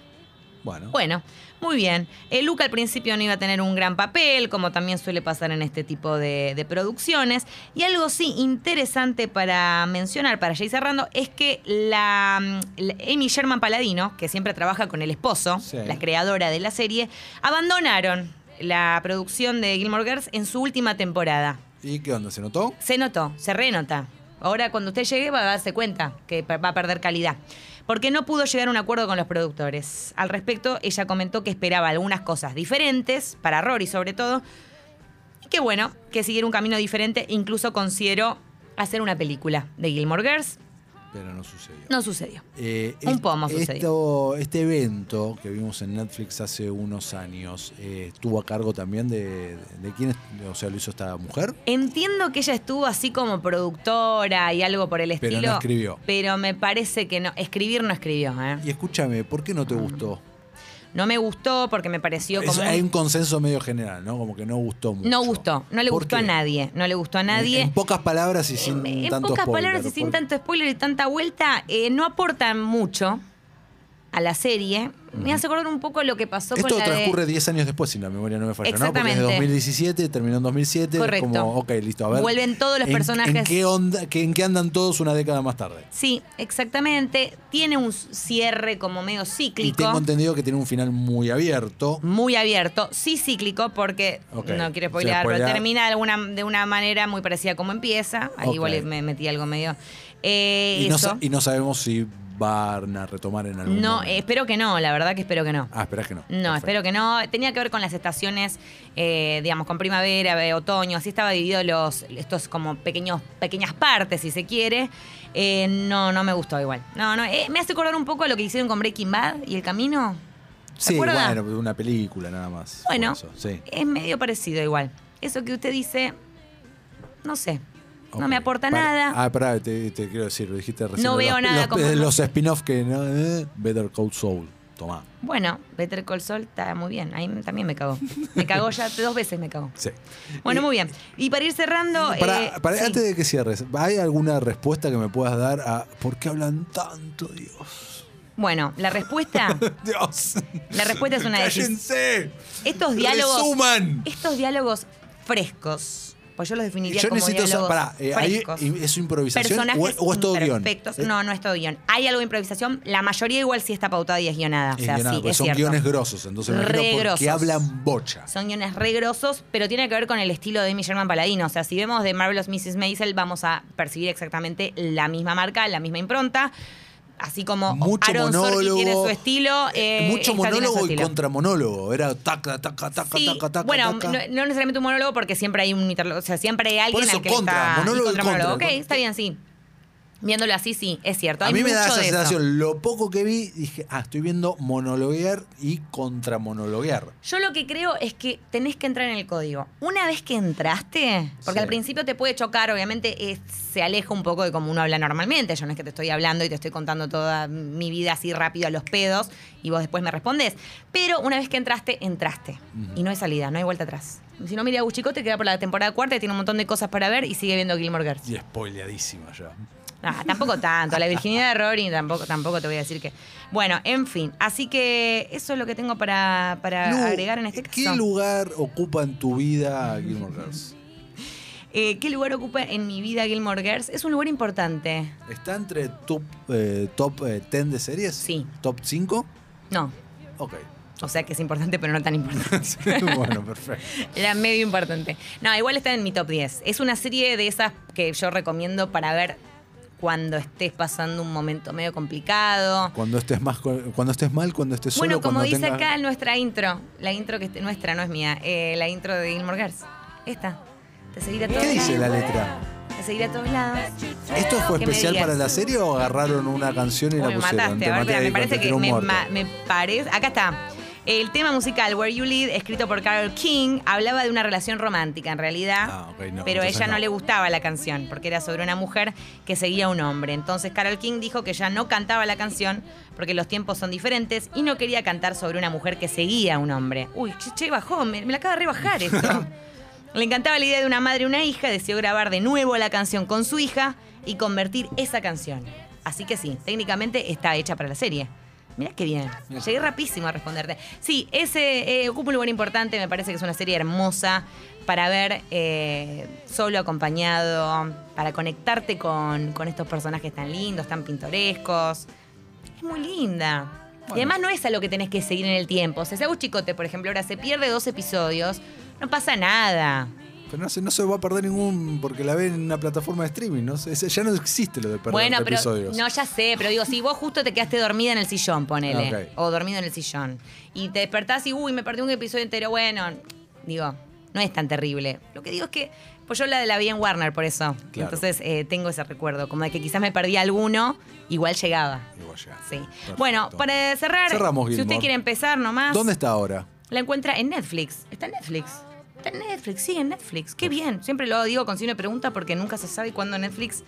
Speaker 4: Bueno.
Speaker 3: Bueno, muy bien. Eh, Luca al principio no iba a tener un gran papel, como también suele pasar en este tipo de, de producciones. Y algo sí interesante para mencionar, para ya ir cerrando, es que la, mm, la Amy Sherman Paladino, que siempre trabaja con el esposo,
Speaker 4: Sí.
Speaker 3: la creadora de la serie, abandonaron la producción de Gilmore Girls en su última temporada.
Speaker 4: ¿Y qué onda? ¿Se notó?
Speaker 3: Se notó, se renota. Ahora cuando usted llegue va a darse cuenta que pe- va a perder calidad. Porque no pudo llegar a un acuerdo con los productores. Al respecto, ella comentó que esperaba algunas cosas diferentes, para Rory sobre todo, y que bueno, que siguiera un camino diferente, incluso consideró hacer una película de Gilmore Girls.
Speaker 4: Pero no sucedió.
Speaker 3: No sucedió.
Speaker 4: Eh,
Speaker 3: Un
Speaker 4: est-
Speaker 3: pomo sucedió.
Speaker 4: esto- este evento que vimos en Netflix hace unos años eh, estuvo a cargo también de, de quién, es- o sea, lo hizo esta mujer.
Speaker 3: Entiendo que ella estuvo así como productora y algo por el
Speaker 4: Pero no
Speaker 3: estilo.
Speaker 4: escribió.
Speaker 3: Pero me parece que no. Escribir no escribió, ¿eh?
Speaker 4: Y escúchame, ¿por qué no te gustó?
Speaker 3: No me gustó porque me pareció
Speaker 4: Es-
Speaker 3: como. un-
Speaker 4: hay un consenso medio general, ¿no? Como que no gustó mucho.
Speaker 3: No gustó, no le
Speaker 4: ¿Por
Speaker 3: gustó a
Speaker 4: qué?
Speaker 3: nadie, no le gustó a
Speaker 4: En-
Speaker 3: nadie.
Speaker 4: En, pocas palabras y sin
Speaker 3: En
Speaker 4: tanto
Speaker 3: pocas
Speaker 4: spoiler,
Speaker 3: palabras y sin
Speaker 4: por-
Speaker 3: tanto spoiler y tanta vuelta, eh, no aportan mucho a la serie. Me hace acordar un poco lo que pasó
Speaker 4: Esto
Speaker 3: con la
Speaker 4: transcurre
Speaker 3: de...
Speaker 4: 10 años después, si la memoria no me falla, ¿no? Porque es de
Speaker 3: Exactamente.
Speaker 4: 2017, terminó en 2007. es
Speaker 3: Correcto.
Speaker 4: Como, ok, listo, a ver.
Speaker 3: Vuelven todos los
Speaker 4: en- ¿En
Speaker 3: personajes.
Speaker 4: qué, onda, que- ¿En qué andan todos una década más tarde?
Speaker 3: Sí, exactamente. Tiene un cierre como medio
Speaker 4: Y
Speaker 3: cíclico.
Speaker 4: tengo entendido que tiene un final muy abierto.
Speaker 3: muy abierto, sí cíclico, porque
Speaker 4: Ok,
Speaker 3: no quiero
Speaker 4: o sea,
Speaker 3: spoilear, pero
Speaker 4: spoilear.
Speaker 3: termina de alguna, de una manera muy parecida a como empieza. Ahí
Speaker 4: Ok.
Speaker 3: igual me metí algo medio. Eh,
Speaker 4: Y no,
Speaker 3: eso.
Speaker 4: sa- y no sabemos si van a retomar en algún
Speaker 3: no,
Speaker 4: momento.
Speaker 3: espero que no, la verdad que espero que no.
Speaker 4: Ah, esperás que no.
Speaker 3: No, espero que no. Tenía que ver con las estaciones, eh, digamos, con primavera, eh, otoño, así estaba dividido los, estos como pequeños, pequeñas partes, si se quiere. Eh, no, no me gustó igual. No, no, eh, me hace acordar un poco a lo que hicieron con Breaking Bad y El Camino.
Speaker 4: Sí,
Speaker 3: acuerdas?
Speaker 4: bueno, una película nada más.
Speaker 3: Bueno,
Speaker 4: Por eso, sí.
Speaker 3: es medio parecido igual. Eso que usted dice, no sé, no
Speaker 4: Ok.
Speaker 3: me aporta
Speaker 4: Para-
Speaker 3: nada.
Speaker 4: Ah, pará, te, te quiero decir, lo dijiste recién.
Speaker 3: No
Speaker 4: lo de
Speaker 3: veo
Speaker 4: los-
Speaker 3: nada
Speaker 4: Los,
Speaker 3: como-
Speaker 4: eh, los spin-off que no. eh, Better Call Soul. Tomá.
Speaker 3: Bueno, Better Call Saul está muy bien. Ahí también me cagó. Me cagó ya dos veces, me cagó.
Speaker 4: Sí.
Speaker 3: Bueno, muy bien. Y para ir cerrando...
Speaker 4: Pará,
Speaker 3: eh,
Speaker 4: pará,
Speaker 3: sí.
Speaker 4: Antes de que cierres, ¿hay alguna respuesta que me puedas dar a por qué hablan tanto, Dios?
Speaker 3: Bueno, la respuesta...
Speaker 4: Dios.
Speaker 3: La respuesta es una de-
Speaker 4: ¡Cállense!
Speaker 3: Estos diálogos...
Speaker 4: ¡Resuman!
Speaker 3: Estos diálogos frescos. Pues yo los definiría
Speaker 4: Yo
Speaker 3: como
Speaker 4: necesito
Speaker 3: diálogos
Speaker 4: saber, pará, eh, ahí,
Speaker 3: frescos.
Speaker 4: y- ¿es improvisación o,
Speaker 3: Personajes
Speaker 4: o es todo guión?
Speaker 3: imperfectos.
Speaker 4: Eh,
Speaker 3: No, no es todo guión. Hay algo de improvisación. La mayoría igual sí está pautada y es guionada. O
Speaker 4: es
Speaker 3: sea,
Speaker 4: guionado,
Speaker 3: sí,
Speaker 4: porque
Speaker 3: es
Speaker 4: son
Speaker 3: cierto.
Speaker 4: guiones grosos, entonces me
Speaker 3: Re
Speaker 4: imagino porque
Speaker 3: grosos.
Speaker 4: hablan bocha.
Speaker 3: Son guiones re grosos, pero tiene que ver con el estilo de Amy Sherman Paladino. O sea, si vemos de Marvelous Mrs. Maisel, vamos a percibir exactamente la misma marca, la misma impronta. Así como
Speaker 4: mucho
Speaker 3: Aaron Sorkin
Speaker 4: monólogo.
Speaker 3: tiene su estilo. eh, esta
Speaker 4: mucho
Speaker 3: tiene su
Speaker 4: monólogo y
Speaker 3: estilo.
Speaker 4: contramonólogo. Era taca, taca, taca,
Speaker 3: Sí,
Speaker 4: taca, taca.
Speaker 3: bueno,
Speaker 4: taca.
Speaker 3: No, no necesariamente un monólogo porque siempre hay un interlocutor, o sea, siempre hay alguien
Speaker 4: Por eso,
Speaker 3: al que
Speaker 4: contra,
Speaker 3: está
Speaker 4: monólogo y
Speaker 3: contramonólogo.
Speaker 4: contra.
Speaker 3: Ok, está bien, sí. Viéndolo así, sí, es cierto.
Speaker 4: a
Speaker 3: hay
Speaker 4: mí me
Speaker 3: mucho
Speaker 4: da esa
Speaker 3: de eso.
Speaker 4: sensación. Lo poco que vi, dije, ah, estoy viendo monologuear y contramonologuear.
Speaker 3: Yo lo que creo es que tenés que entrar en el código. Una vez que entraste, porque
Speaker 4: Sí.
Speaker 3: al principio te puede chocar, obviamente es- se aleja un poco de cómo uno habla normalmente. Yo no es que te estoy hablando y te estoy contando toda mi vida así rápido a los pedos y vos después me respondes. Pero una vez que entraste, entraste. Y no hay salida, no hay vuelta atrás. Si no, mira a Buchicote, queda por la temporada cuarta y tiene un montón de cosas para ver y sigue viendo Gilmore Girls.
Speaker 4: Y spoileadísima ya.
Speaker 3: Ah, tampoco tanto. La virginidad de Rory tampoco, tampoco te voy a decir que. Bueno, en fin. Así que eso es lo que tengo para, para
Speaker 4: Lu,
Speaker 3: agregar en este
Speaker 4: ¿Qué
Speaker 3: caso.
Speaker 4: lugar ocupa en tu vida Gilmore Girls?
Speaker 3: Eh, ¿Qué lugar ocupa en mi vida Gilmore Girls? Es un lugar importante.
Speaker 4: ¿Está entre top, eh, top eh, 10 de series?
Speaker 3: Sí.
Speaker 4: ¿Top 5?
Speaker 3: No.
Speaker 4: Ok.
Speaker 3: O sea que es importante, pero no tan importante.
Speaker 4: bueno, perfecto.
Speaker 3: Era medio importante. No, igual está en mi top 10. Es una serie de esas que yo recomiendo para ver cuando estés pasando un momento medio complicado.
Speaker 4: Cuando estés, más, co- cuando estés mal, cuando estés solo,
Speaker 3: bueno, como
Speaker 4: cuando
Speaker 3: dice
Speaker 4: tengas-
Speaker 3: acá nuestra intro, la intro que es nuestra, no es mía, eh, la intro de Gilmore Girls. Esta. Te seguiré a todos
Speaker 4: ¿Qué dice la
Speaker 3: lados.
Speaker 4: letra?
Speaker 3: Te seguiré a todos lados.
Speaker 4: ¿Esto fue
Speaker 3: Que me
Speaker 4: especial
Speaker 3: digas.
Speaker 4: para la serie o agarraron una canción y
Speaker 3: Uy,
Speaker 4: la
Speaker 3: me
Speaker 4: pusieron?
Speaker 3: mataste,
Speaker 4: Te
Speaker 3: a ver,
Speaker 4: maté
Speaker 3: espera, me
Speaker 4: ahí con
Speaker 3: parece
Speaker 4: te
Speaker 3: que
Speaker 4: tiro
Speaker 3: me,
Speaker 4: muerto.
Speaker 3: ma- me parece. Acá está. El tema musical Where You Lead, escrito por Carol King, hablaba de una relación romántica en realidad,
Speaker 4: Ah, ok, no,
Speaker 3: pero a
Speaker 4: entonces
Speaker 3: ella no.
Speaker 4: no.
Speaker 3: le gustaba la canción porque era sobre una mujer que seguía a un hombre. Entonces Carol King dijo que ya no cantaba la canción porque los tiempos son diferentes y no quería cantar sobre una mujer que seguía a un hombre. Uy, che, che, bajó, me, me la acaba de rebajar esto. Le encantaba la idea de una madre y una hija, decidió grabar de nuevo la canción con su hija y convertir esa canción. Así que sí, técnicamente está hecha para la serie. Mirá qué bien. Llegué rapidísimo a responderte. Sí, ese eh, ocupa un lugar importante, me parece que es una serie hermosa para ver eh, solo, acompañado, para conectarte con, con estos personajes tan lindos, tan pintorescos. Es muy linda. Y además no es a lo que tenés que seguir en el tiempo. O sea, si hago chicote, por ejemplo, ahora se pierde dos episodios, no pasa nada.
Speaker 4: Pero no se, no se va a perder ningún, porque la ven en una plataforma de streaming, ¿no? sé, Ya no existe lo de perder
Speaker 3: bueno, pero.
Speaker 4: episodios.
Speaker 3: No, ya sé, pero digo, si vos justo te quedaste dormida en el sillón, ponele.
Speaker 4: Ah, ok.
Speaker 3: O dormido en el sillón. Y te despertás y, uy, me perdí un episodio entero. Bueno, digo, no es tan terrible. Lo que digo es que. Pues yo la, la vi en Warner, por eso.
Speaker 4: Claro.
Speaker 3: Entonces eh, tengo ese recuerdo. Como de que quizás me perdí alguno, igual llegaba.
Speaker 4: Igual ya.
Speaker 3: Sí.
Speaker 4: Perfecto.
Speaker 3: Bueno, para cerrar,
Speaker 4: Cerramos,
Speaker 3: si usted
Speaker 4: Gilmore.
Speaker 3: quiere empezar nomás.
Speaker 4: ¿Dónde está ahora?
Speaker 3: La encuentra en Netflix. Está en Netflix. Está en Netflix, sí, en Netflix. Qué bien. Siempre lo digo con signo de pregunta porque nunca se sabe cuándo Netflix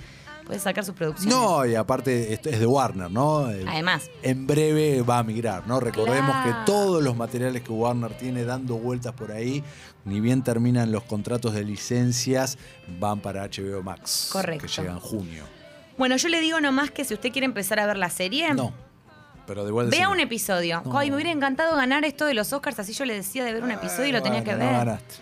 Speaker 3: puede sacar sus producciones.
Speaker 4: No, y aparte esto es de Warner, ¿no? Eh,
Speaker 3: Además.
Speaker 4: En breve va a migrar, ¿no? Recordemos
Speaker 3: Claro.
Speaker 4: que todos los materiales que Warner tiene dando vueltas por ahí, ni bien terminan los contratos de licencias, van para HBO Max.
Speaker 3: Correcto.
Speaker 4: Que llega en junio.
Speaker 3: Bueno, yo le digo nomás que si usted quiere empezar a ver la serie,
Speaker 4: No. Pero de igual
Speaker 3: vea
Speaker 4: decime.
Speaker 3: un episodio.
Speaker 4: No.
Speaker 3: Ay, me hubiera encantado ganar esto de los Oscars, así yo le decía de ver un episodio y lo tenía
Speaker 4: Bueno,
Speaker 3: que ver.
Speaker 4: Ah, No ganaste.